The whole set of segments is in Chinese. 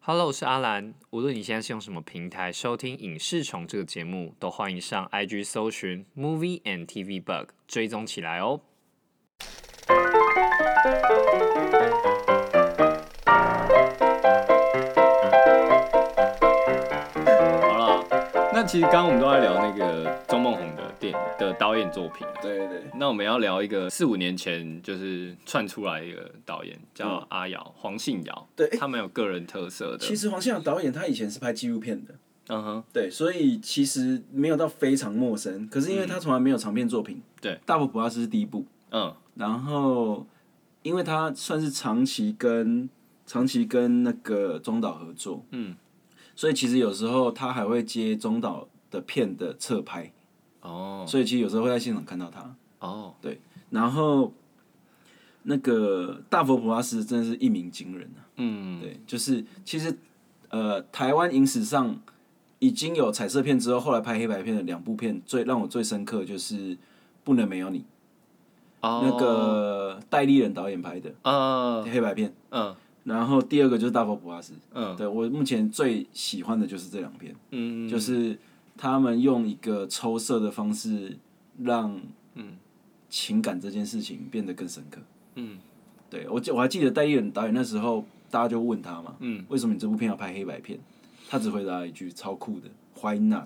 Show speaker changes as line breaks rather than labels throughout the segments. Hello，我是阿兰。无论你现在是用什么平台收听《影视虫》这个节目，都欢迎上 IG 搜寻 Movie and TV Bug 追踪起来哦。
好了，那其实刚刚我们都在聊那个钟梦红的电影的导演作品，
对对对，
那我们要聊一个四五年前就是窜出来一个导演叫
嗯
阿瑶，黄信尧，
对诶
他蛮有个人特色的。
其实黄信尧导演他以前是拍纪录片的，
嗯哼，
对，所以其实没有到非常陌生。可是因为他从来没有长片作品，
对
《大佛普拉斯》是第一部，
嗯，
然后因为他算是长期跟长期跟那个中岛合作，
嗯，
所以其实有时候他还会接中岛的片的侧拍，
哦，
所以其实有时候会在现场看到他。
哦，
然后那个大佛普拉斯真的是一鸣惊人啊！
嗯，
对，就是其实呃，台湾影史上已经有彩色片之后，后来拍黑白片的两部片，最让我最深刻就是《不能没有你》，
哦，
那个戴立人导演拍的
呃，
黑白片。
嗯
然后第二个就是《大佛普拉斯》，
嗯
对我目前最喜欢的就是这两片，
嗯，
就是他们用一个抽射的方式让
嗯
情感这件事情变得更深刻。
嗯
对我记我还记得戴立人导演那时候，大家就问他嘛，
嗯，
为什么你这部片要拍黑白片？他只回答一句超酷的，Why not？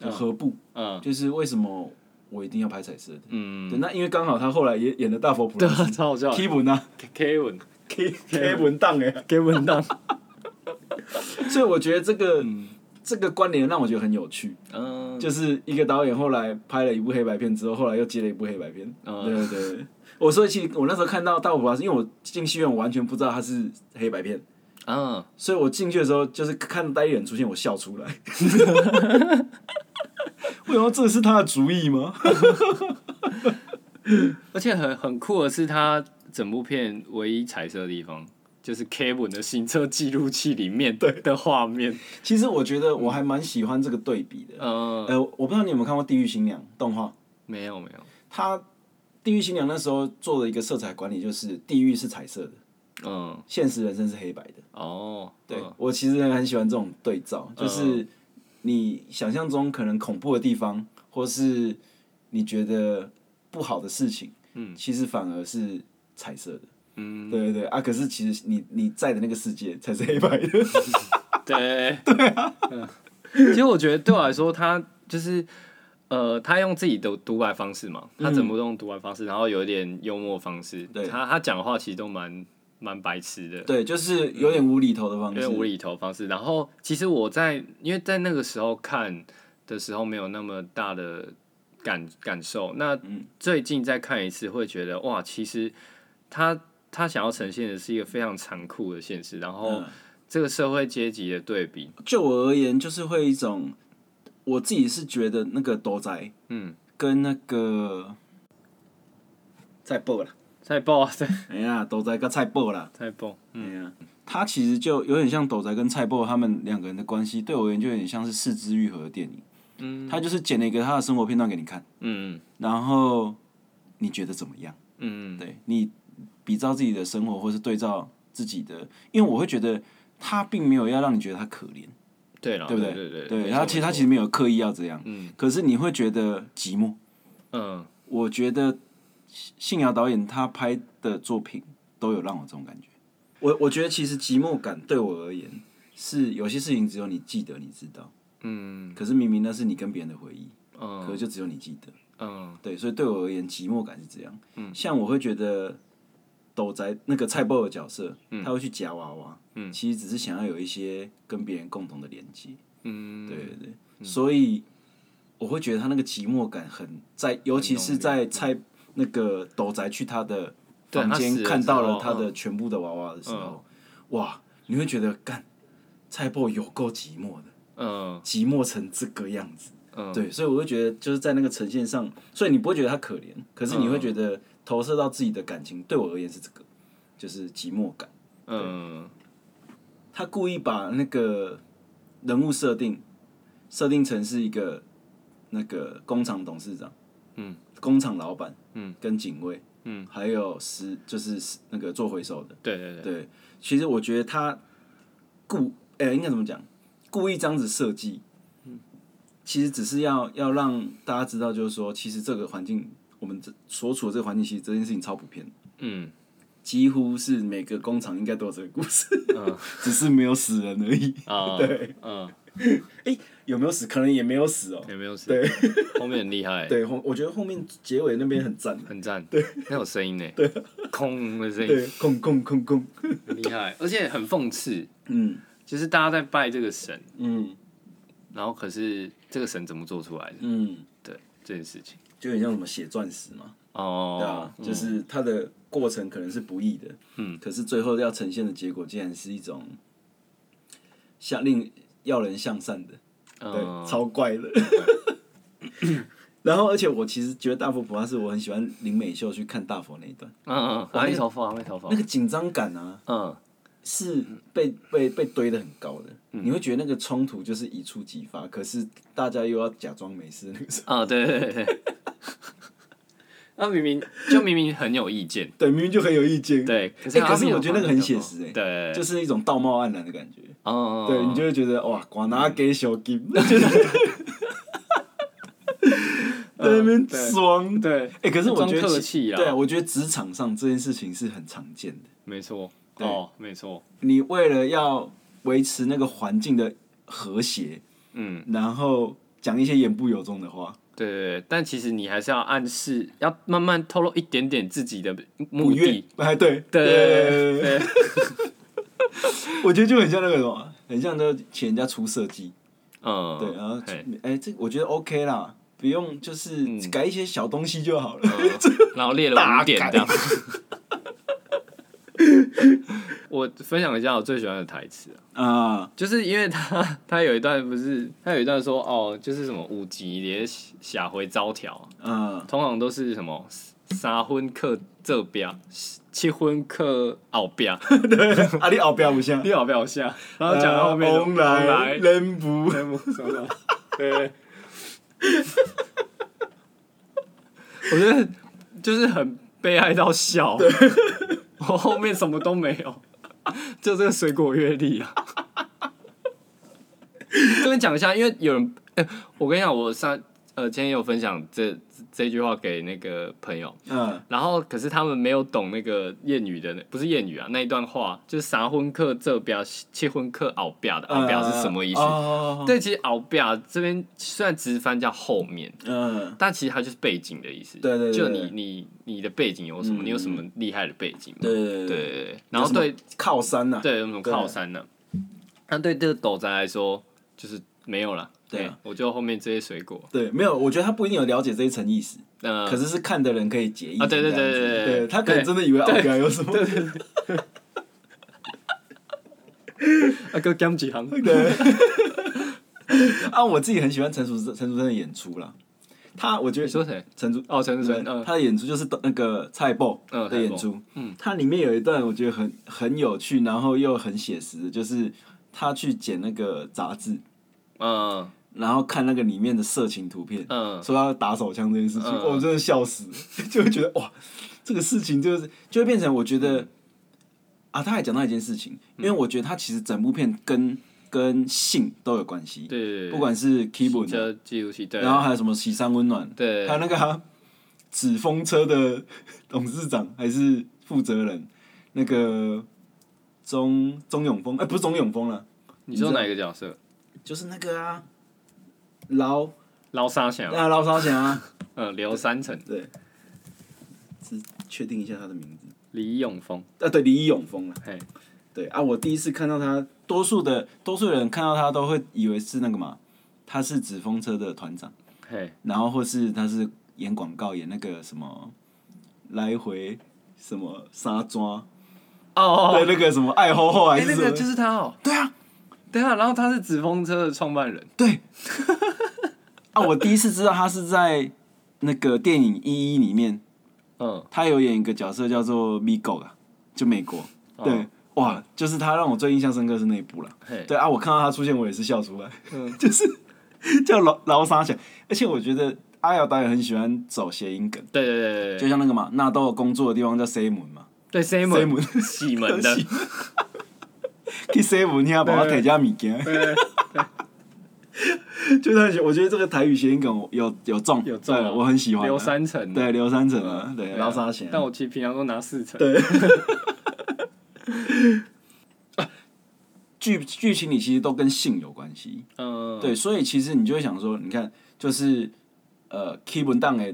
何呃不？
嗯
就是为什么我一定要拍彩色的？对，
嗯，
那因为刚好他后来也演了大佛普
对
拉
啊
斯，
超好笑的
K 文啊
，K 文
，K K 文档哎，
，K 文档，
所以我觉得这个这个关联让我觉得很有趣，
嗯，
就是一个导演后来拍了一部黑白片之后，后来又接了一部黑白片，
嗯
对对对对。我所以其实我那时候看到大佛普拉斯，因为我进戏院我完全不知道它是黑白片，
嗯，
所以我进去的时候，就是看到呆人出现，我笑出来。为什么这是他的主意吗？
而且很很酷的是，它整部片唯一彩色的地方就是 Kevin 的行车记录器里面的画面。
其实我觉得我还蛮喜欢这个对比的。
嗯、
呃，我不知道你有没有看过《地狱新娘》动画，
没有没有，
它《地狱新娘》那时候做的一个色彩管理，就是地狱是彩色的，
嗯，
现实人生是黑白的。
哦，
对、嗯
嗯
我其实很喜欢这种对照，就是你想象中可能恐怖的地方，或是你觉得不好的事情，
嗯，
其实反而是彩色的。
嗯，
对对对啊！可是其实你你在的那个世界才是黑白的，
对对啊。其实我觉得对我来说，他就是呃，他用自己的独白方式嘛，他怎么用独白方式，然后有一点幽默方式，
嗯对
他他讲的话其实都蛮蛮白痴的，
对，就是有点无厘头的方
因
式，
为无厘头方式。然后其实我在因为在那个时候看的时候没有那么大的感感受，那
嗯
最近再看一次会觉得哇，其实他他想要呈现的是一个非常残酷的现实，然后
嗯
这个社会阶级的对比，
就我而言，就是会一种我自己是觉得那个斗宅
嗯，
跟那个菜爆啦，
再爆再
哎呀，斗宅跟菜爆啦，
再爆，
哎
嗯
呀，他其实就有点像斗宅跟菜爆他们两个人的关系，对我而言就有点像是四肢愈合的电影，
嗯
他就是剪了一个他的生活片段给你看，
嗯
然后你觉得怎么样？
嗯嗯
对你比照自己的生活，或是对照自己的，因为我会觉得他并没有要让你觉得他可怜，
对了，
对不
对
对
对
然后其实他其实没有刻意要这样，
嗯
可是你会觉得寂寞。
嗯
我觉得信信尧导演他拍的作品都有让我这种感觉。我我觉得其实寂寞感对我而言是有些事情只有你记得你知道，
嗯
可是明明那是你跟别人的回忆，可
嗯
是就只有你记得。
嗯
对，所以对我而言，寂寞感是这样。像我会觉得斗宅那个菜包的角色，他会去夹娃娃，
嗯
其实只是想要有一些跟别人共同的连接。
嗯，
对对对，所以我会觉得他那个寂寞感很在，尤其是在菜那个斗宅去他的
对
房
他死
间
的
看到
时候
了他的
嗯
全部的娃娃的时候，哇，你会觉得干菜包有够寂寞的，
嗯
寂寞成这个样子。
嗯
对，所以我会觉得就是在那个呈现上，所以你不会觉得他可怜，可是你
嗯
会觉得投射到自己的感情，对我而言是这个，就是寂寞感。
嗯
他故意把那个人物设定设定成是一个那个工厂董事长，
嗯，
工厂老板，
嗯，
跟警卫，
嗯，
还有是就是那个做回收的，
对对对，
对，其实我觉得他故，呃、应该怎么讲？故意这样子设计，
嗯
其实只是要要让大家知道，就是说，其实这个环境，我们这所处的这个环境，其实这件事情超普遍，
嗯，
几乎是每个工厂应该都有这个故事， 只是没有死人而已。
啊，
对，
嗯，
有没有死？可能也没有死哦、
有没有事？
对，
后面很厉害，
对，后我觉得后面结尾那边很赞的，
很赞，对，那有声音呢，对，空的声音，
对，空空空空，
很厉害，而且很讽刺，
嗯
就是大家在拜这个神，
嗯
然后可是这个神怎么做出来的？
嗯，
对这件事情，
就很像什么写钻石嘛，对
哦
啊，，就是它的过程可能是不易的，
嗯，
可是最后要呈现的结果，竟然是一种向令要人向善的，
嗯
对，超怪的。嗯 然后，而且我其实觉得大佛普拉是我很喜欢林美秀去看大佛那一段，
嗯嗯，阿弥陀佛，阿弥陀佛
那，个紧张感啊，
嗯，
是被被被堆得很高的，
嗯
你会觉得那个冲突就是一触即发，可是大家又要假装没事那个时候，
啊，对对对 对，那明明就明明很有意见，
对，明明就很有意见，
对，可是
哎可
阿
是
弥陀
我觉
佛
得那个很写
阿弥陀佛
实哎
对，
就是是一种道貌岸然的感觉，
哦，
对你就会觉得哇，瓜拿给小 金，就是在那边装，
嗯对，
哎，可是我觉
装
得
客
其
气啊
对啊，我觉得职场上这件事情是很常见的，
没错，
对
哦，没错，
你为了要维持那个环境的和谐，
嗯，
然后讲一些言不由衷的话，
对对对，但其实你还是要暗示，要慢慢透露一点点自己的目
不
的
悦，，哎，对
对
对
对
对，
对 对，
我觉得就很像那个什么，很像就请人家出设计，
嗯，
对，然后
嘿
哎，这我觉得 OK 啦，不用就是
嗯
改一些小东西就好了。
然后列了五点这样。 我分享一下我最喜欢的台词啊，
啊，
就是因为他 他有一段不是他有一段说哦，就是什么五级连下回招条，
嗯
通常都是什么三婚克这边，七婚克后边，
啊，你后边有啥？
你好不好下？然后讲到后面
呃
什
往
么
来
来
人不
什么什么，对。我觉得就是很悲哀到笑，我后面什么都没有，就这个水果阅历啊。这边讲一下，因为有人，哎、我跟你讲，我上呃今天有分享这这句话给那个朋友，
嗯
然后可是他们没有懂那个谚语的那，不是谚语啊，那一段话就是啥婚客这表，切婚客熬表的熬啊表是什么意思？
哦，
对，其实熬表这边虽然直翻叫后面，
嗯
但其实它就是背景的意思。
对对对
就你你你的背景有什么？
嗯
你有什么厉害的背景吗？
对
对对对然后对
靠山呐，
对有什么靠山呢？那对这个斗宅来说，就是没有了。
对啊
哎我就后面这些水果，
对，没有，我觉得他不一定有了解这一层意思，
呃，
可是是看的人可以解意
啊对对对
这样子
对对
对，他可能
对
真的以为后边有 什么，
啊哥讲几行，
啊，我自己很喜欢陈楚陈楚生的演出啦。他我觉 得
你说谁？
陈楚
哦，陈
对
晨，嗯
他的演出就是那个蔡报
嗯
的演
蔡
出，嗯，它里面有一段我觉得很很有趣，然后又很写实的，就是他去剪那个杂志，
嗯
然后看那个里面的色情图片，
嗯，
说要打手枪这件事情，
嗯
我真的笑死 了，就会觉得哇，这个事情就是就会变成我觉得、
嗯
啊，他还讲到一件事情，因为我觉得他其实整部片跟跟性都有关系，
对对对，
不管是 keyboard 的
这记录器，对，
然后还有什么喜山温暖，
对
还有那个、啊、纸风车的董事长还是负责人，那个钟钟永峰，哎、不是钟永峰了，
你说哪一个角色？
就是那个啊，劳
捞沙翔，
啊劳少贤啊，
嗯，刘三成，
对，是确定一下他的名字。
李永峰，
啊，对，李永峰了
嘿。
对啊，我第一次看到他，多数的多数人看到他都会以为是那个嘛，他是纸风车的团长。
嘿，
然后或是他是演广告，演那个什么来回什么沙庄，
哦哦，
对那个什么爱吼吼还
哎，
是
那
什么，
个就是他哦，
对啊，
对啊，然后他是纸风车的创办人，
对 啊，我第一次知道他是在那个电影《一一》里面，
嗯，
他有演一个角色叫做 Migo 啊，就美国，对。
哦
哇，就是他让我最印象深刻是那一部了。
嘿，
对啊，我看到他出现，我也是笑出来，
哎 嗯
就是叫劳劳沙想，而且我觉得阿瑶导演很喜欢走谐音梗，
对对对对
就
对，
像那个嘛，纳豆工作的地方叫 C 门嘛，
对 Simon
门
喜门的，
去 seven 遐帮我摕遮物件。 就他，我觉得这个台语谐音梗我有有中，
有中啊
对我很喜欢啊。
留三层，
对刘三成啊，对
对啊，
捞沙钱。
但我其实平常都拿四层，
对。剧剧情里其实都跟性有关系，
嗯，
对，所以其实你就会想说，你看，就是呃，K 文档的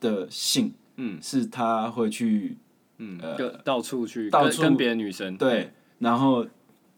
的性，
嗯，
是他会去
嗯，就到处去
到
跟
处
跟别的女生，
对，然后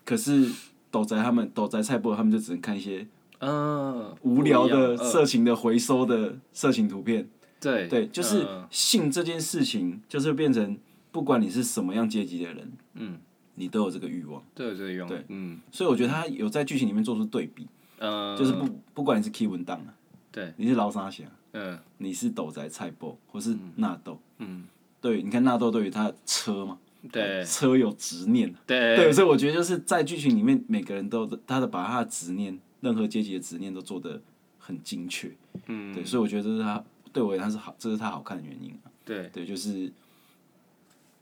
可是斗宅他们斗宅菜波他们就只能看一些
嗯，
无聊的
不一样，
色情的回收的色情图片，
嗯对
对，就是
嗯
性这件事情，就是变成不管你是什么样阶级的人，
嗯，
你都有这个欲望，
对对用，
对
嗯
所以我觉得他有在剧情里面做出对比，
嗯，
就是不不管你是 K 文档啊，
对，
你是劳沙侠，
嗯
你是斗宅菜波，或是纳豆，
嗯，
对，你看纳豆对于他的车嘛，
对
车有执念。对，
对
所以我觉得就是在剧情里面，每个人都他的把他的执念，任何阶级的执念都做得很精确。
嗯
对，所以我觉得这是他对我而言他是好，这是他好看的原因啊。
对，
对，就是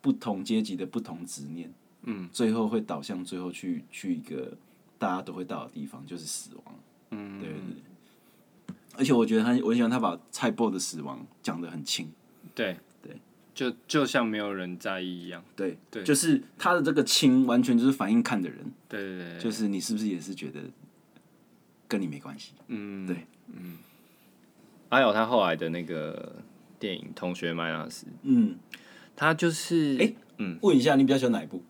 不同阶级的不同执念，
嗯
最后会导向最后去去一个大家都会到的地方，就是死亡。
嗯
对对对。而且我觉得他，我很喜欢他把蔡伯的死亡讲得很轻。
对对，就就像没有人在意一样，
对，
对
就是他的这个轻，完全就是反映看的人，
对对对，
就是你是不是也是觉得跟你没关系？
嗯
对，
嗯，还有他后来的那个电影《同学麦纳斯》，
嗯，
他就是
诶
嗯
问一下，你比较喜欢哪一部？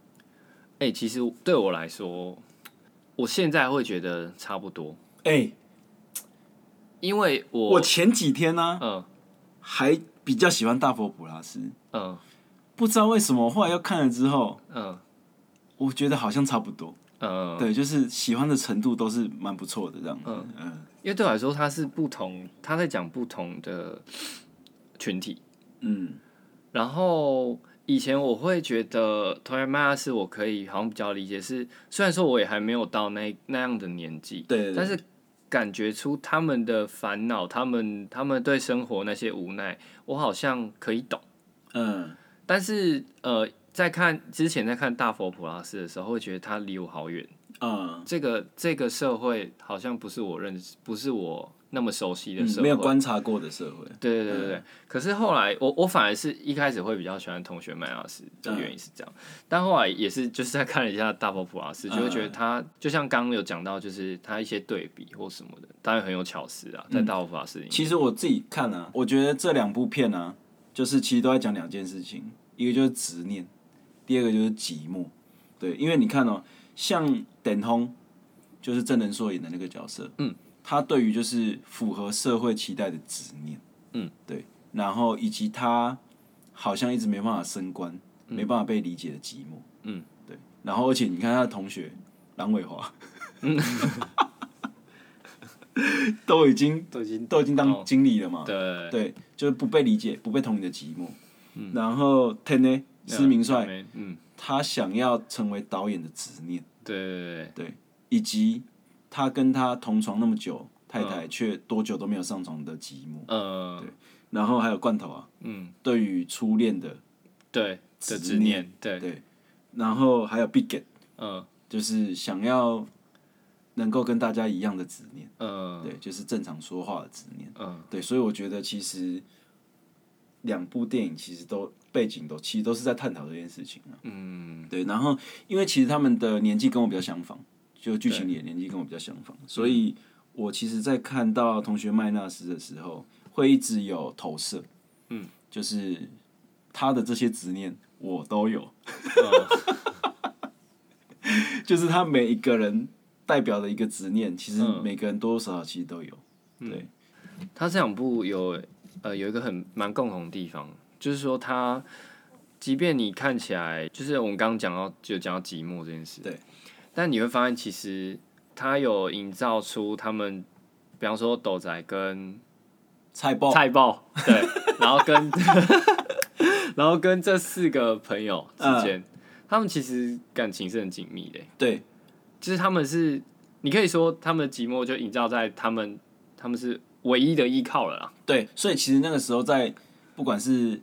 哎、其实对我来说，我现在会觉得差不多，
哎、
因为我
我前几天呢、
嗯
还比较喜欢大佛普拉斯，
嗯
不知道为什么，后来又看了之后，
嗯
我觉得好像差不多。
嗯，
对，就是喜欢的程度都是蛮不错的这样子。
嗯
嗯嗯
因为对我来说，他是不同，他在讲不同的群体，
嗯
然后以前我会觉得《同学麦纳斯》我可以好像比较理解是，虽然说我也还没有到那那样的年纪，
对对对
但是感觉出他们的烦恼，他们他们对生活那些无奈，我好像可以懂。
嗯，
但是呃，在看之前在看《大佛普拉斯》的时候，会觉得他离我好远，
嗯
这个这个社会好像不是我认识，不是我那么熟悉的社会，
嗯，没有观察过的社会。
对对对对对。可是后来，我我反而是一开始会比较喜欢同学麦老师，这个原因是这样。但后来也是就是在看了一下大波普老师，就会觉得他、就像刚刚有讲到，就是他一些对比或什么的，当然很有巧思啊，在大波普老师里面。
其实我自己看啊，我觉得这两部片啊，就是其实都在讲两件事情，一个就是执念，第二个就是寂寞。对，因为你看哦、像等通，就是郑仁硕演的那个角色，
嗯，
他对于就是符合社会期待的执念，
嗯，
对，然后以及他好像一直没办法升官，没办法被理解的寂寞，
嗯，
对，然后而且你看他的同学郎伟华，
嗯
都已经
都已经
都已经当经理了嘛，
哦对
对，就是不被理解、不被同理的寂寞。然后 Ten 呢，施明帅，，
嗯，
他想要成为导演的执念，
对对
以及他跟他同床那么久，太
嗯
太却多久都没有上床的寂寞。
对，呃，
然后还有罐头啊，
嗯，
对于初恋的，
对的
执
执念，对，
对，然后还有 Big，
嗯
就是想要能够跟大家一样的执念，
嗯
对，就是正常说话的执念。
嗯，
对，所以我觉得其实两部电影其实都背景都其实都是在探讨这件事情啊。嗯，对。然后因为其实他们的年纪跟我比较相仿，就剧情里的年纪跟我比较相仿，所以我其实，在看到同学麦纳斯的时候，会一直有投射。嗯，就是他的这些执念我都有， 就是他每一个人代表的一个执念，其实
嗯
每个人多多少少其实都有。对，
他这两部有呃有一个很蛮共同的地方，就是说他，即便你看起来，就是我们刚刚讲到就讲到寂寞这件事，
对，
但你会发现其实他有营造出他们，比方说斗仔跟
菜包，
菜 豹，对，然后跟 然后跟这四个朋友之
嗯
间，他们其实感情是很紧密的，
对，
就是他们是你可以说他们的寂寞就营造在他们他们是唯一的依靠了啦。
对，所以其实那个时候在不管是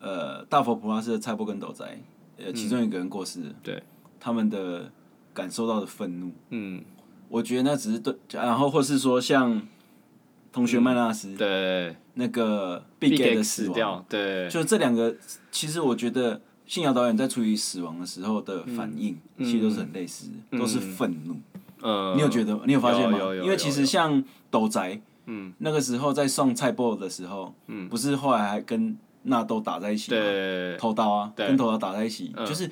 呃大佛普拉斯的蔡伯跟斗宅，呃，其中一个人过世，
嗯对，
他们的感受到的愤怒，
嗯，
我觉得那只是对，然后或是说像同学麦纳斯、
对
那个嗯 Big
嗯，Big
Gay
X
的死
死
亡，
掉，对，
就这两个，其实我觉得信尧导演在处理死亡的时候的反应，
嗯
其实都是很类似的，都是愤怒。
呃，
你有觉得？你有发现吗？
有有有
因为其实
有
像斗宅，嗯，那个时候在送菜包的时候，嗯，不是后来还跟纳豆打在一起吗？
对，
头刀啊，
对嗯
跟头刀打在一起，就是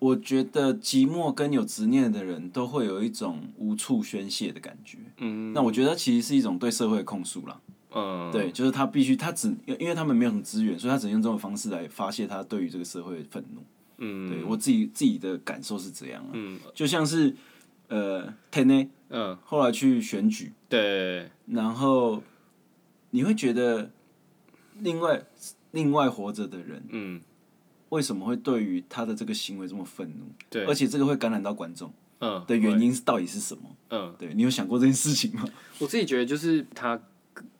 我觉得寂寞跟有执念的人都会有一种无处宣泄的感觉。
嗯，
那我觉得其实是一种对社会的控诉啦。
嗯，
对，就是他必须，他只因为他们没有什么资源，所以他只能用这种方式来发泄他对于这个社会的愤怒。
嗯，
对我自己自己的感受是这样啊，
嗯
就像是呃 t e n e
嗯，
后来去选举，
对，
然后你会觉得另外另外活着的人
嗯，
为什么会对于他的这个行为这么愤怒？
对
而且这个会感染到观众
嗯
的原，因是到底是什么？
嗯，
对你有想过这件事情吗？
我自己觉得就是他，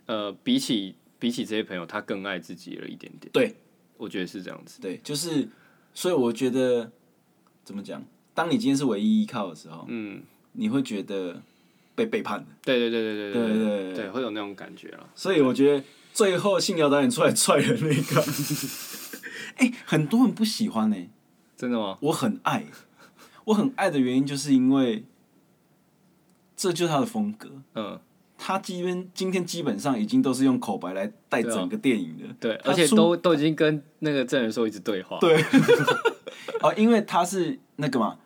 呃，比起比起这些朋友，他更爱自己了一点点。
对，
我觉得是这样子。
对，就是，所以我觉得怎么讲？当你今天是唯一依靠的时候，
嗯，
你会觉得被背叛的。
对对对对
对
对
对对
对，会有那种感觉啦。
所以我觉得最后信尧导演出来踹人那个， 哎、很多人不喜欢呢、欸
真的吗？
我很爱，我很爱的原因就是因为这就是他的风格。
嗯，
他基本今天基本上已经都是用口白来带
对啊
整个电影的，
对，
他
而且
出
都都已经跟那个证人说一直对话。
对，哦，因为他是那个嘛，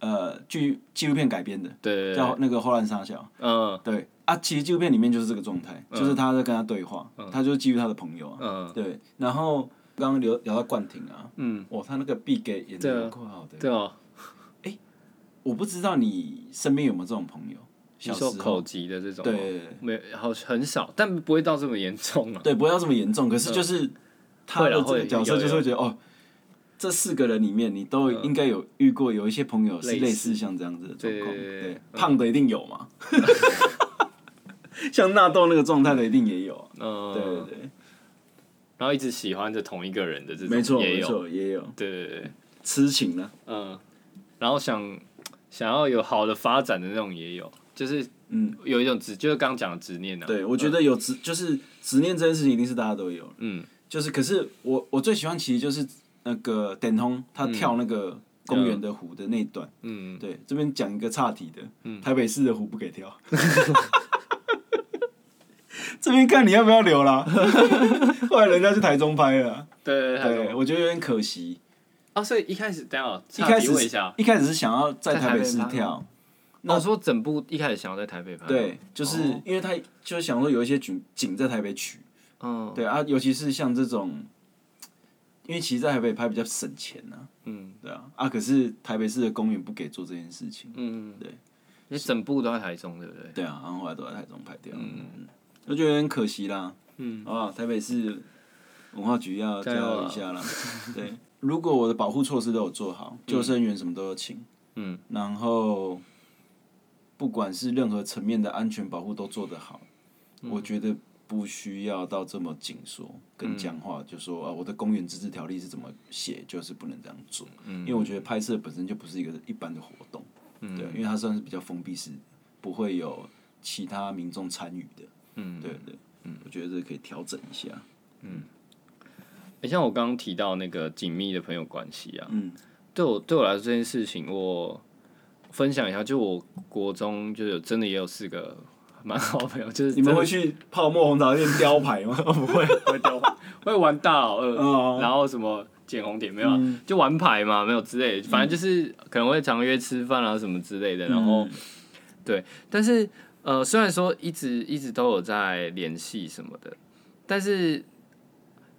呃，剧纪录片改编的，
对对
叫
对，
那个《后浪沙小
嗯》。
对啊，其实纪录片里面就是这个状态，就是他在跟他对话，他就是基于他的朋友啊。
嗯，
对，然后刚刚聊聊到冠廷啊，
嗯，
哇，他那个必给演
对
的
啊
有够好的。
对哦，
我不知道你身边有没有这种朋
你
友，小时
说口
候
疾的这种吗，
对对对
没有好很少，但不会到这么严重啊。
对，不要这么严重，可是就是他
嗯会
的
啦
这个
会
角色
有嗯
就是会觉得哦。这四个人里面，你都应该有遇过有一些朋友是
类似
类似像这样子的状况，
对对对对
对
嗯，
胖的一定有嘛， 像纳豆那个状态的一定也有啊，
嗯，
对对对。
然后一直喜欢着同一个人的这种，
没错，
也
没
有，
错，也有
对对对，对
痴情啊呢、
嗯，然后想想要有好的发展的那种也有，就是
嗯，
有一种执，就是刚刚讲的执念啊。
对，我觉得有执，就是执念这件事情，一定是大家都有。
嗯，
就是，可是我我最喜欢其实就是那个点通他跳那个公园的湖的那一段。
嗯，
对，这边讲一个岔题的，台北市的湖不给跳。 这边看你要不要留 啦。后来人家去台中拍了，啊
对对对
对
对。
我觉得有点可惜。
啊，所以一开始等一下哦
一
岔
开
题
始
问一下，
一开始是想要在
在台
台北
北
市
拍吗
跳，那
我说整部一开始想要在台北拍，
对，，就是
哦
因为他就是想说有一些景景在台北取，
嗯，
对啊，尤其是像这种，因为其实在台北拍比较省钱呐、
嗯
对啊，啊，可是台北市的公园不给做这件事情，
嗯，
对，
你整部都在台中，对不对？
对啊，然后后来都在台中拍掉，嗯，我觉得有点可惜啦，嗯，好不好？台北市文化局要
加
加
油啊
油一下啦， 嗯对，如果我的保护措施都有做好，救生员什么都有请，
嗯，
然后不管是任何层面的安全保护都做得好，我觉得不需要到这么紧缩跟僵化，就说啊，我的公园自治条例是怎么写，就是不能这样做，因为我觉得拍摄本身就不是一个一般的活动，对，因为它算是比较封闭式，不会有其他民众参与的，嗯，对对，嗯，我觉得这可以调整一下，
你像我刚刚提到那个紧密的朋友关系啊，
嗯
对我对我来说这件事情，我分享一下，就我国中就有真的也有四个蛮好的朋友，就是
你们
真的
会去泡沫红茶店雕牌 吗？不会，
会丢会玩大老二，
哦嗯
然后什么捡红点没有啊、就玩牌嘛，没有之类的，反正就是可能会常约吃饭啊什么之类的，
嗯
然后、对，但是呃，虽然说一直一直都有在联系什么的，但是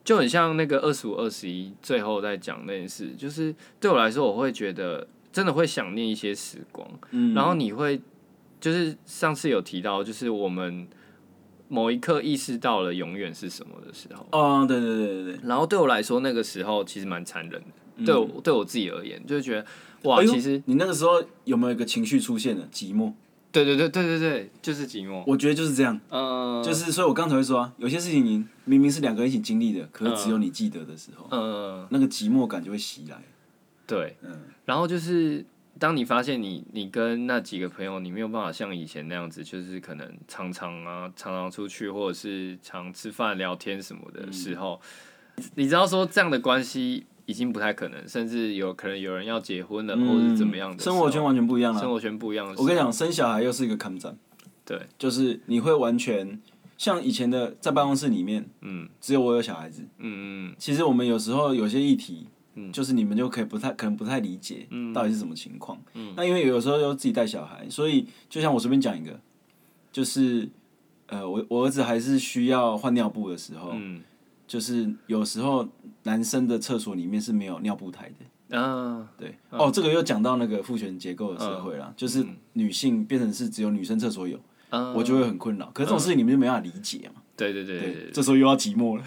就很像那个二十五、二十一最后在讲那件事，就是对我来说，我会觉得真的会想念一些时光，
嗯
然后你会就是上次有提到，就是我们某一刻意识到了永远是什么的时候，
哦，对对对对对。
然后对我来说，那个时候其实蛮残忍的，
嗯
对我对我自己而言，就是觉得哇，
哎呦
其实
你那个时候有没有一个情绪出现的寂寞？
对对对对对对，就是寂寞，
我觉得就是这样，
呃，
就是所以我刚才会说啊，有些事情你明明是两个人一起经历的，可是只有你记得的时候，
呃，
那个寂寞感就会袭来。
对，
嗯
然后就是当你发现你你跟那几个朋友，你没有办法像以前那样子，就是可能常常啊，常常出去或者是常吃饭聊天什么
嗯
的时候，你知道说这样的关系已经不太可能，甚至有可能有人要结婚了，嗯或者是怎么样的时候，
嗯生活圈完全不一样了。
生活圈不一样的时候。
我跟你讲，生小孩又是一个抗战。
对，
就是你会完全像以前的在办公室里面，嗯，只有我有小孩子。
嗯嗯嗯
其实我们有时候有些议题，就是你们就可以不太可能不太理解，到底是什么情况。
嗯
那因为有时候又自己带小孩，所以就像我随便讲一个，就是呃，我我儿子还是需要换尿布的时候，
嗯
就是有时候男生的厕所里面是没有尿布台的。
嗯嗯啊，
对，哦，这个又讲到那个父权结构的社会啦，就是女性变成是只有女生厕所有，
嗯
我就会很困扰。可是这种事情你们就没办法理解嘛，
对对对对对，
这时候又要寂 寞了。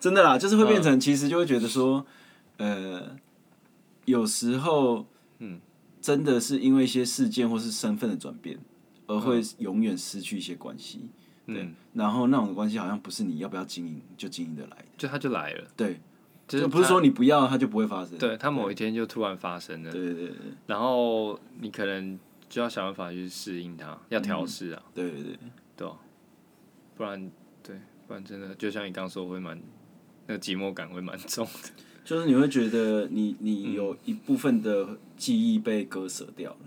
真的啦，就是会变
嗯
成，其实就会觉得说，呃，有时候，嗯，真的是因为一些事件或是身份的转变，而会
嗯
永远失去一些关系。对，然后那种关系好像不是你要不要经营就经营得来的，
就他就来了，
对，
就是
就不是
他
说你不要它就不会发生。
对他某一天就突然发生了，
对对对对
然后你可能就要想办法去适应它，要调
嗯
试啊，
对对对。
不然对，不然真的就像你刚说会蛮，那个寂寞感会蛮重 的。
就是你会觉得你
嗯
你有一部分的记忆被割舍掉了，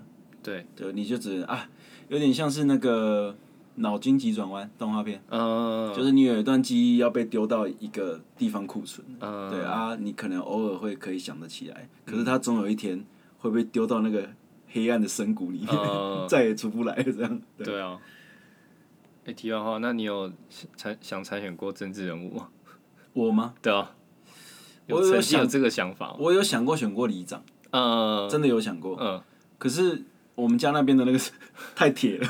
对，
对，你就只能啊，有点像是那个脑筋急转弯动画片，
嗯，
就是你有一段记忆要被丢到一个地方库存，
嗯
对啊，你可能偶尔会可以想得起来，可是它总有一天会被丢到那个黑暗的深谷里面，
嗯
再也出不来了这样。 对，
对啊。哎，题外话，那你有参想参选过政治人物吗？
我吗？
对啊，
我
有曾
有
经有
想
这个想法吗。
我有想过选过里长，
嗯，
真的有想过，
嗯，
可是我们家那边的那个 太铁了。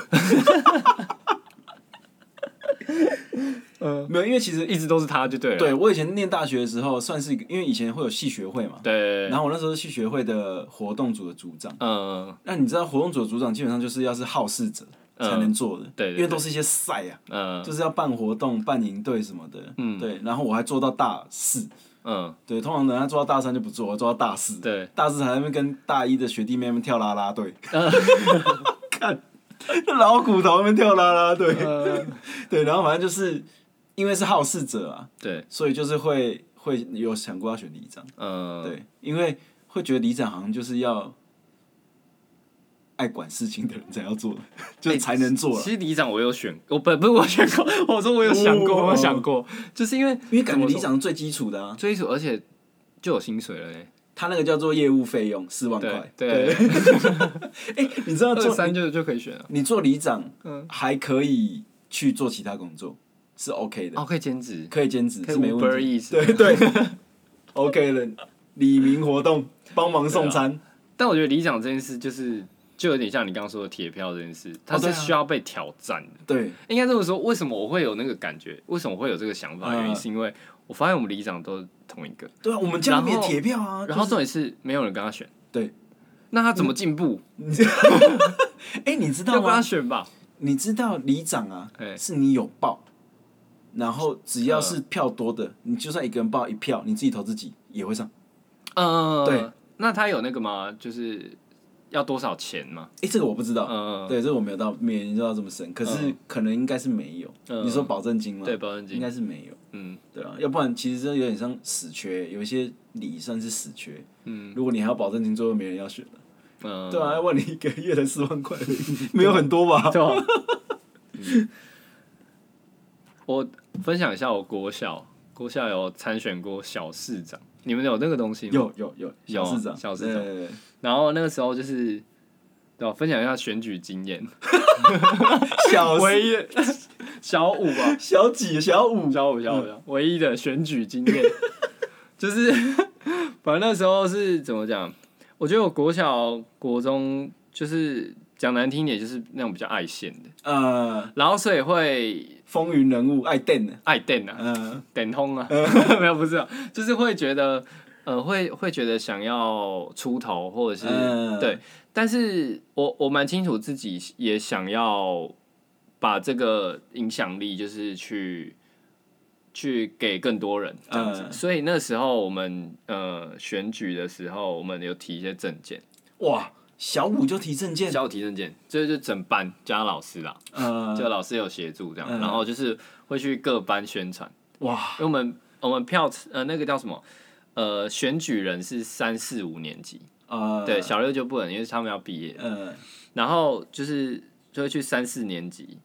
呃没有，因为其实
一直都是他就对了。啊
对我以前念大学的时候，算是一个，因为以前会有系学会嘛，
对，
然后我那时候是系学会的活动组的组长。
嗯
那你知道活动组的组长基本上就是要是好事者才能做的，
对对对
因为都是一些赛啊，
嗯
就是要办活动、办营队什么的，嗯，对。然后我还做到大四，
嗯，
对，通常人家做到大三就不做，我做到大四，
对，
大四还在那边跟大一的学弟妹们跳啦啦队，
嗯
看老骨头那边跳啦啦队， 对，然后反正就是因为是好事者啊，
对，
所以就是会会有想过要选里长，
嗯，
对，因为会觉得里长好像就是要爱管事情的人才要 做的，就才能做啊了
其，实里长我有选，我不不是我选过， 我说我有想过，
哦
我有想过，就是因为
因为感觉
怎么
里
说
长最基础的啊，
追逐，而且就有薪水了嘞，
他那个叫做业务费用四万块
对， 对，
哎，你知道
二
做
三就就可以选了。
你做里长
嗯，
还可以去做其他工作，是 OK 的，
哦，可以兼职，
可以兼职
可以
是没
Uber
问题
Eats
对对 ，OK 的。李明活动帮忙送餐，
但我觉得理想这件事就是。就有点像你刚刚说的铁票这件事，它
对
是
啊
需要被挑战的。
对，啊
应该这么说，为什么我会有那个感觉？为什么我会有这个想法？
嗯
原因是因为我发现我们里长都是同一个，
对啊，我们家里面
然后
铁票啊，
然后
就是
重点是没有人跟他选。
对，
那他怎么进步？
哎，你知
要
道
跟他
吗？
选吧。
你知道里长啊
哎，嗯
是你有报，然后只要是票多的，你就算一个人报一票，你自己投自己也会上。
嗯，
对。
那他有那个吗？就是要多少钱吗？
哎，这个我不知道，
嗯，
对，这个我没有到没研究到这么深，可是
嗯
可能应该是没有。
嗯
你说保证金吗？
对，保证
应
金。
该是没有。
嗯
对啊，要不然其实这有点像死缺，有一些理算是死缺。
嗯
如果你还要保证金，最后没人要选了。
嗯，
对啊，要不然你一个月才 四万块而已，没有很多吧？
对啊。嗯我分享一下，我国小国小有参选过小市长，你们有那个东西吗？。
有有有，
有
小市长，
小市长
对，对对
然后那个时候就是，对啊吧？分享一下选举经验。
小
唯一 小五吧，
小几小五，
小五小五小五唯一的选举经验， 就是 反正那时候是怎么讲？我觉得我国小、国中就是讲难听一点，就是那种比较爱现的，
呃，
然后所以会
风云人物爱电的，
爱电啊，
嗯
电通啊， 没有不是、啊，就是会觉得呃，会会觉得想要出头，或者是、
嗯
对，但是我我蛮清楚自己也想要把这个影响力，就是去去给更多人这样子。
嗯
所以那时候我们呃选举的时候，我们有提一些证件，
哇，小五就提证件，
教提证件，这就是整班加老师啦，
呃，
就老师有协助这样，
嗯
然后就是会去各班宣传，
哇，
因为我们我们票呃那个叫什么呃选举人是三四五年级，
呃，
对，小六就不能，因为他们要毕业，
呃，
然后就是就会去三四年级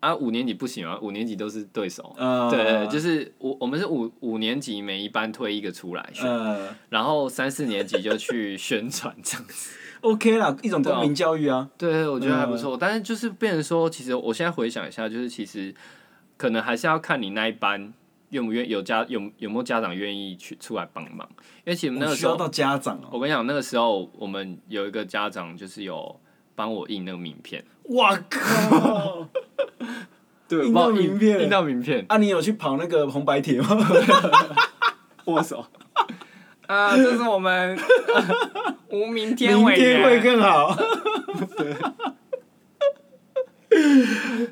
啊，五年级不行啊，五年级都是对手。
呃，，
对对，就是是五我们是五五年级每一班推一个出来选，
呃
然后三四年级就去宣传这样子。
，OK 啦，一种
对啊
公民教育啊，
对对，我觉得还不错。但是就是变成说，其实我现在回想一下，就是其实可能还是要看你那一班愿不愿有家有有没有家长愿意去出来帮忙，因为其啊实那
我
个
需
时候
要到家长哦，
我跟你讲，那个时候我们有一个家长就是有帮我印那个名片，
哇 靠，
对
印到名片
印到名片，
啊，你有去跑那个红白帖吗？
握手。啊，这是我们呃无名天
明
委
天会
员，
更好，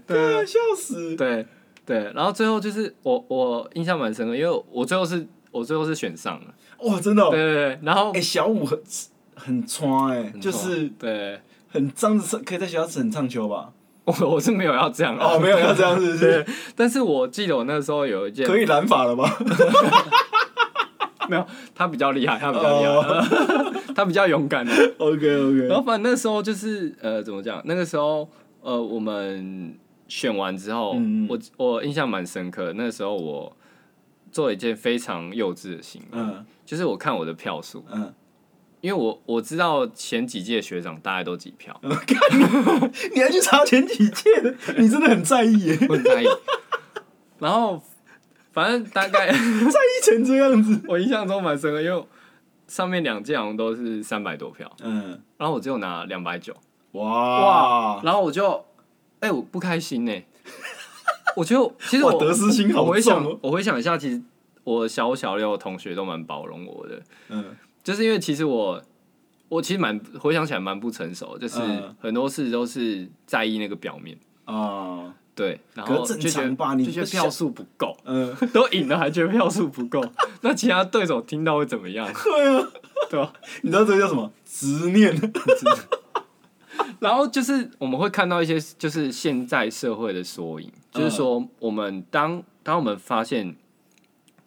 对
啊笑死，
对对，然后最后就是我我印象蛮深刻，因为我最后是我最后是选上了，
哇，真的哦，
对对对，然后
哎，小五很很穿哎，就是
对
很张着唱，可以在学校很唱秋吧？
我我是没有要这样啊
哦，，没有要这样，是不是？
但是我记得我那时候有一件
可以染发了 吧？
没有，他比较厉害，他比较厉害， 他比较勇敢的。
OK
然
OK，
后反正那时候就是呃，怎么讲？那个时候呃，我们选完之后，
嗯嗯
我我印象蛮深刻的。那时候我做了一件非常幼稚的行为，
嗯
就是我看我的票数，
嗯，
因为我我知道前几届学长大概都几票，
嗯你还去查前几届， 你真的很在意耶，在
不在意。然后反正大概
意成这样子。
我印象中蛮深刻，因为上面两届好像都是三百多票，
嗯，
然后我只有拿两百九。
哇哇，
然后我就，哎、我不开心呢、我就其实
哇
我
得失心好
我回想
重哦，
我回想一下，其实我小五小六的同学都蛮包容我的，
嗯
就是因为其实我我其实蛮回想起来蛮不成熟，就是
嗯
很多事都是在意那个表面，
啊，
对，然
可
后
是正
就觉得
常吧你
就觉得
不想
票数不够，
嗯，
都赢了还觉得票数不够，那其他对手听到会怎么样？
对啊，
对吧？
你知道这个叫什么？执念。
然后就是我们会看到一些就是现在社会的缩影，就是
嗯
说我们当当我们发现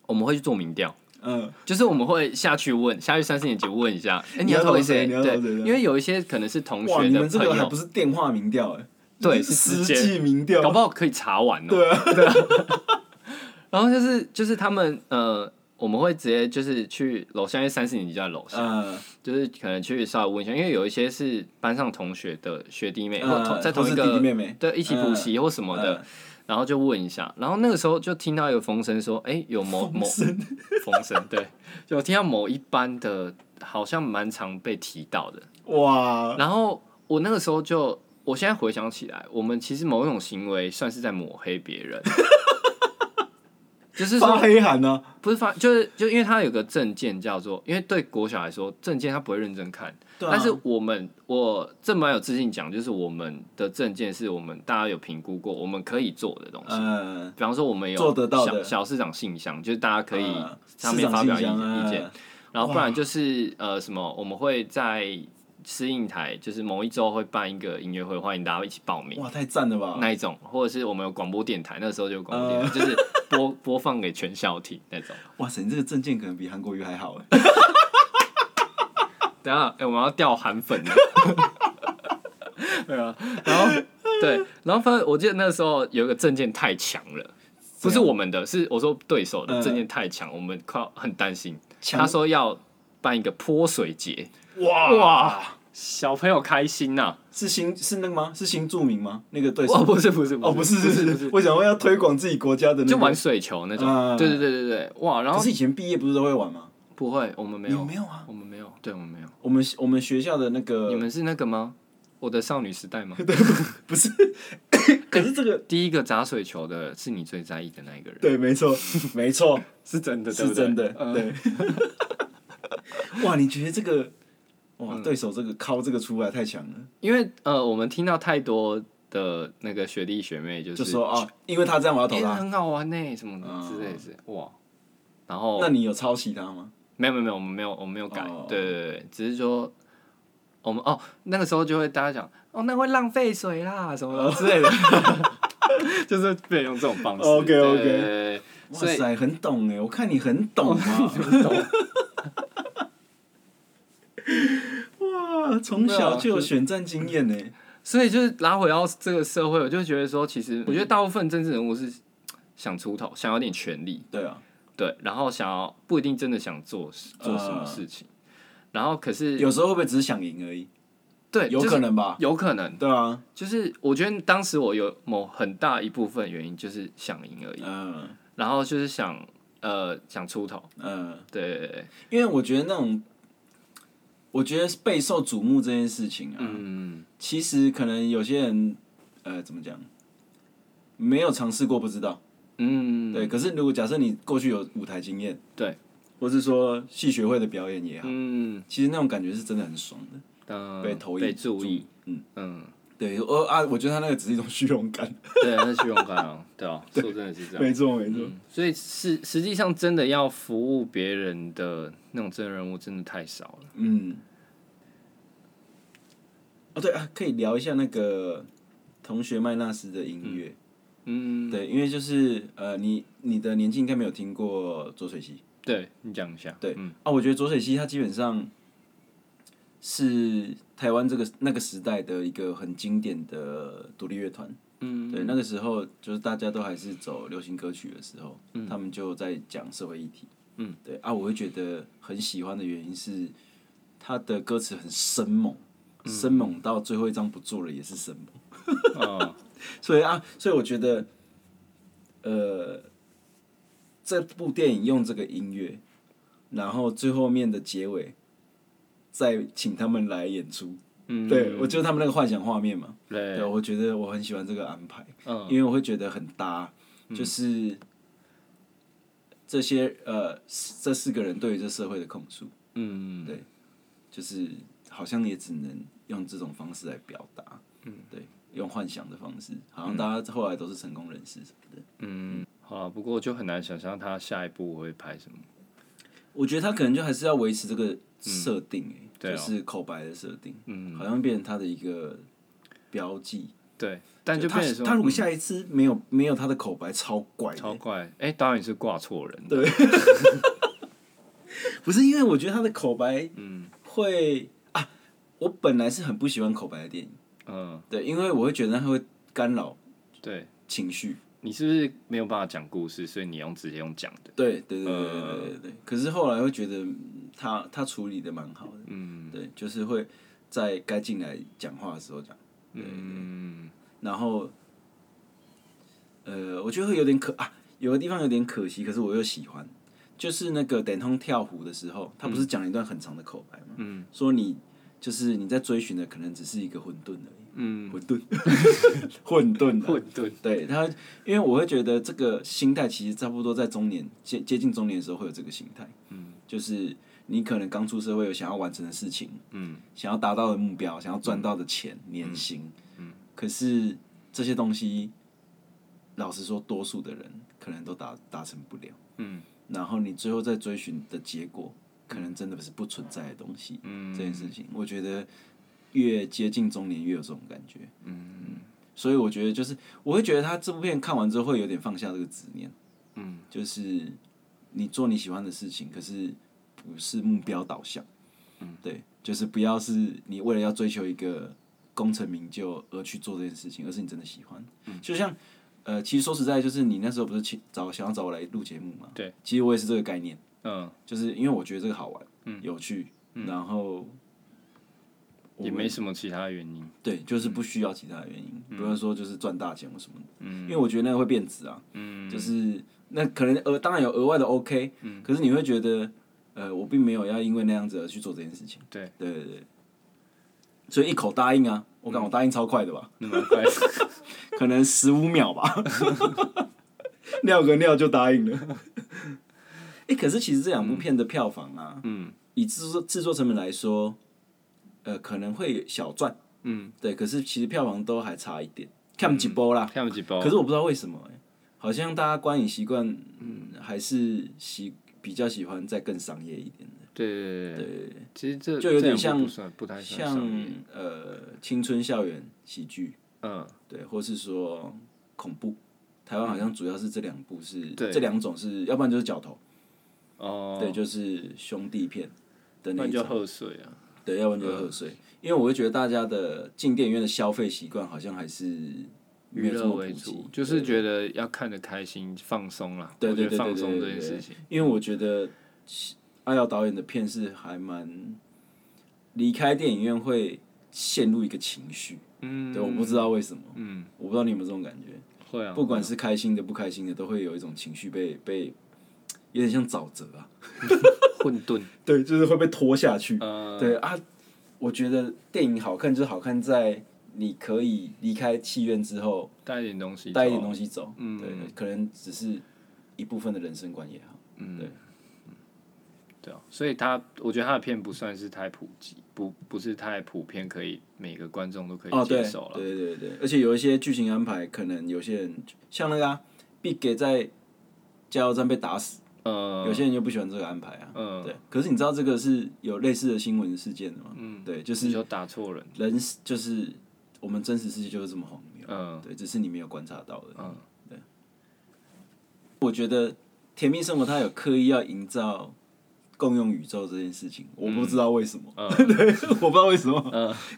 我们会去做民调，
嗯
就是我们会下去问，下去三四年级问一下，哎，
你
要
要
投
投
给
谁你要投
对，
谁对
因为有一些可能是同
哇，
学
你
的
们这个
朋
还不
友，
是电话民调哎，
对，
是
是
实
直
际
接，
民
搞
调
不。好可以查完哦。
对啊，
然后就是就是他们呃，我们会直接就是去楼下，因为三四年级就在楼下，
嗯，
就是可能去稍微问一下，因为有一些是班上同学的学弟妹，或
嗯
同在同一
或是弟
个
弟妹嗯妹
对一起补习或什么的，然后就问一下，然后那个时候就听到一个风声说，哎，有某某
是
风声，对，就听到某一班的，好像蛮常被提到的。
哇，
然后我那个时候就，我现在回想起来，我们其实某种行为算是在抹黑别 人，就是
发
说
黑函啊呢？
不是发，就是就因为他有个证件叫做，因为对国小来说，证件他不会认真看。
对啊
但是我们，我这蛮有自信讲，就是我们的证件是我们大家有评估过，我们可以做的东西。
嗯，
比方说，我们有
做得到
小
的
小市长信箱，就是大家可以
嗯
上面发表意
市长信
见
箱
意见
嗯，
然后不然就是呃什么，我们会在适应台，就是某一周会办一个音乐会，欢迎大家一起报名
哇，太赞了吧！
那一种，或者是我们有广播电台，那时候就有广播电
呃
台，就是播 播放给全校听那种。
哇塞，你这个证件可能比韩国瑜还好哎。
等一下，哎、我们要掉韩粉了。 对啊，然后对，然后反正我记得那时候有一个证件太强了，不是我们的，是我说对手的
嗯
证件太强，我们快要很担心。
强
他说要办一个泼水节，
哇
哇，小朋友开心呐、
是新是那个吗？是新著名吗？那个对手
哦，不是不是
哦，不是
不是
是
不
是
是，，
我想问要推广自己国家的那个，
就玩水球那种。
嗯
对对对对对，哇！然
可
后
是以前毕业不是都会玩吗？
不会，我们没
你
有，
没有啊？
我们没有，对我们没有。
我们我们学校的那个
你们是那个吗？我的少女时代 吗？
不是？可是这个
第一个砸水球的是你最在意的那一个人，
对，没 错，没错，
是真的，对
是
不对
真的，
嗯
对。 哇，你觉得这
嗯
个哇对手这个靠这个出来太强了，
因为呃，我们听到太多的那个学弟学妹，就是
就说啊，因为他这样我要投
欸
他。
很好玩呢、什么的
嗯
之类的，哇。然后
那你有抄袭他吗？
没有没有没有，我们没有我们没有改，
哦
对对对，只是说我们哦那个时候就会大家讲哦那会浪费水啦什么
哦
的之类 的，就是被人用这种方式。
OK，OK
对对对对
哇
所以
塞，很懂哎，我看你很懂啊。 哇，从小就有选战经验欸呢。
所以就是拉回到这个社会，我就觉得说，其实我觉得大部分政治人物是想出头，想要点权力，
对啊，
对，然后想要不一定真的想做做什么事情，然后可是
啊有时候会不会只是想赢而已？
对，
有
就是
可能吧。
有可能，
对啊，
就是我觉得当时我有某很大一部分原因就是想赢而已，
嗯
然后就是想呃想出头，
嗯。
对对对，
因为我觉得那种，我觉得备受瞩目这件事情啊，
嗯，
其实可能有些人，呃，怎么讲，没有尝试过不知道。
嗯，
对，可是如果假设你过去有舞台经验，
对，
或是说戏学会的表演也好，
嗯，
其实那种感觉是真的很爽的。
嗯，
被投影
被注意，
嗯
嗯，
对，我啊，我觉得他那个只是一种虚荣感。
对，那虚荣感 啊，对啊，说真的是这样，
没错，没错。
所以实实际上真的要服务别人的那种真人物真的太少了。
嗯。哦，对啊，可以聊一下那个同学麦纳斯的音乐。
嗯，
对，因为就是呃，你你的年纪应该没有听过左水溪
对你讲一下。
对
嗯
啊，我觉得左水溪他基本上是台湾这个那个时代的一个很经典的独立乐团。
嗯，
对，那个时候就是大家都还是走流行歌曲的时候，
嗯
他们就在讲社会议题。嗯，对啊，我会觉得很喜欢的原因是他的歌词很生猛，
嗯
生猛到最后一张不做了也是生猛。
哦，
所以啊，所以我觉得，呃，这部电影用这个音乐，然后最后面的结尾，再请他们来演出。
嗯，
对，我就是他们那个幻想画面嘛。
对
对，我觉得我很喜欢这个安排，
嗯
因为我会觉得很搭，就是这些呃这四个人对于这社会的控诉，
嗯，
对就是好像也只能用这种方式来表达。嗯，对，用幻想的方式，好像大家后来都是成功人士什么的。
嗯，好了，不过就很难想象他下一步会拍什么。
我觉得他可能就还是要维持这个设定、欸，
嗯对啊
就是口白的设定，
嗯，
好像变成他的一个标记。
对，但就
他
变成说
他如果
嗯
下一次没有没有他的口白，超怪的、
超怪，哎，导演是挂错人。啊
对不是因为我觉得他的口白
嗯
会啊，我本来是很不喜欢口白的电影，
嗯，
对，因为我会觉得他会干扰
对，
情绪。
你是不是没有办法讲故事，所以你用直接用讲的？
对对对对对
呃
对对对。可是后来会觉得嗯他他处理的蛮好的，
嗯
对，就是会在该进来讲话的时候讲。
嗯
然后，呃，我觉得会有点可啊，有个地方有点可惜，可是我又喜欢，就是那个等通跳湖的时候，他不是讲了一段很长的口白吗？
嗯，
说你就是你在追寻的可能只是一个混沌而已，
嗯，
混沌， 混沌、 啊。
混沌。
对他，因为我会觉得这个心态其实差不多在中年接接近中年的时候会有这个心态，嗯，就是你可能刚出社会有想要完成的事情，
嗯
想要达到的目标，想要赚到的钱、年薪，可是这些东西，老实说，多数的人可能都达达成不了。
嗯
然后你最后再追寻的结果，可能真的是不存在的东西。
嗯，
这件事情，我觉得越接近中年越有这种感觉。嗯，所以我觉得就是，我会觉得他这部片看完之后会有点放下这个执念。
嗯，
就是你做你喜欢的事情，可是不是目标导向。嗯，对，就是不要是你为了要追求一个功成名就而去做这件事情，而是你真的喜欢。嗯，就像。呃，其实说实在，就是你那时候不是请找想要找我来录节目嘛？
对，
其实我也是这个概念。
嗯，
就是因为我觉得这个好玩，有趣，然后
也没什么其他原 因。
对，
嗯
就是不需要其他的原因，不论说就是赚大钱或什么的，因为我觉得那个会变质啊，
嗯
就是那可能额当然有额外的 OK，可是你会觉得，呃，我并没有要因为那样子而去做这件事情，
对
对对对，所以一口答应啊，
嗯
我感我答应超快的吧，
那蛮快的。
可能十五秒吧， 尿个尿就答应了。 哎、可是其实这两部片的票房啊，
嗯，
以制作制作成本来说，呃，可能会小赚，
嗯，
对。可是其实票房都还差一点，看几波啦。
跳几包
可，是我不知道为什么、欸，好像大家观影习惯，嗯，还是喜比较喜欢再更商业一点的，
对对对对，其实这
就有点
这两部不
像
算不太算
像
商业，
呃青春校园喜剧，
嗯，
对，或是说恐怖。台湾好像主要是这两部是，
对
这两种是，要不然就是角头，
哦，
对，就是兄弟片的
那
那一
就
种，
喝水啊，
对，要不然就是贺岁。因为我会觉得大家的进电影院的消费习惯好像还是没
娱
有这
乐
么普
为
及
主，，就是觉得要看得开心、放松啦。
对
我觉
对
得
对对
放
对
松这
对
件
对
事情，
因为我觉得阿瑶导演的片是还蛮离开电影院会陷入一个情绪，
嗯，
对，我不知道为什么，
嗯，
我不知道你有没有这种感觉，
会啊，
不管是开心的不开心的，都会有一种情绪被被有点像沼泽啊，
混沌，
对，就是会被拖下去，
呃，
对啊，我觉得电影好看就是好看在你可以离开戏院之后
带一点东西，
带一点东西走，
嗯
对，可能只是一部分的人生观也好，
对啊，所以他，我觉得他的片不算是太普及，不不是太普遍，可以每个观众都可以
哦，对
接受了。
对对对，而且有一些剧情安排，可能有些人像那个啊，必给在加油站被打死，
呃，
有些人就不喜欢这个安排啊。
嗯
对。可是你知道这个是有类似的新闻事件的吗？嗯，对，就
你
是
说打错人，
人就是我们真实世界就是这么荒谬。
嗯
对，只是你没有观察到的。
嗯，
我觉得《甜蜜生活》它有刻意要营造共用宇宙这件事情，我不知道为什么，
嗯
对，我不知道为什么，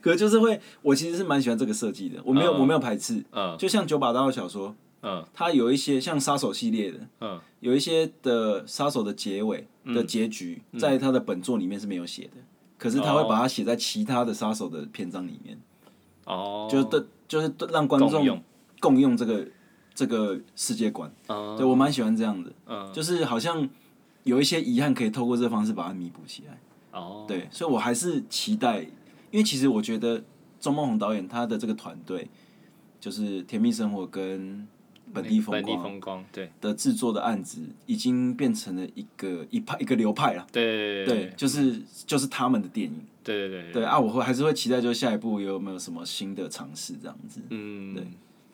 可是就是会，我其实是蛮喜欢这个设计的，我没有、我没有排斥，
嗯
就像九把刀的小说，
嗯
它有一些像杀手系列的，
嗯
有一些的杀手的结尾的结局，
嗯
在他的本作里面是没有写的，可是他会把它写在其他的杀手的篇章里面，
哦，
就是对，就是对让观
共
众
用
共用这个这个世界观。
嗯
对我蛮喜欢这样的，
嗯
就是好像有一些遗憾可以透过这方式把它弥补起来。
哦，
对，所以我还是期待，因为其实我觉得钟梦宏导演他的这个团队，就是《甜蜜生活》跟《本地风
本地
光》
风光，对
的制作的案子，已经变成了一个一派一个流派了。
对
对，就是就是他们的电影。
对对对
对，啊，我会还是会期待，就是下一步有没有什么新的尝试这样子。
嗯，对，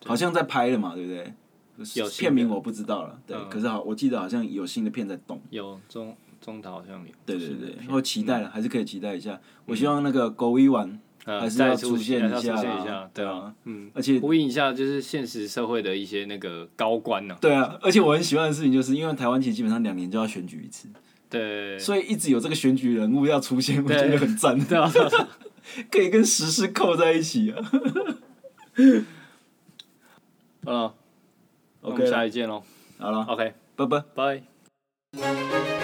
好像在拍了嘛，对不对？
有新的嗯
片名我不知道了，对，可是好，我记得好像有新的片在动，
有中中岛好像有，
对对
是的嗯
对，我期待了，还是可以期待一下。我希望那个狗一丸
呃
还是
再
要
出
现
还是要
下
出现
啦
一下对啊，
嗯，而且
呼应一下就是现实社会的一些那个高官呐，
对啊，而且我很喜欢的事情就是，因为台湾其实基本上两年就要选举一次，
对，
所以一直有这个选举人物要出现，我觉得很赞，
对啊，对啊
可以跟时事扣在一起啊。
好了，那我
OK，
们下
啦
一见喽
好了，
，OK，
拜拜。
拜。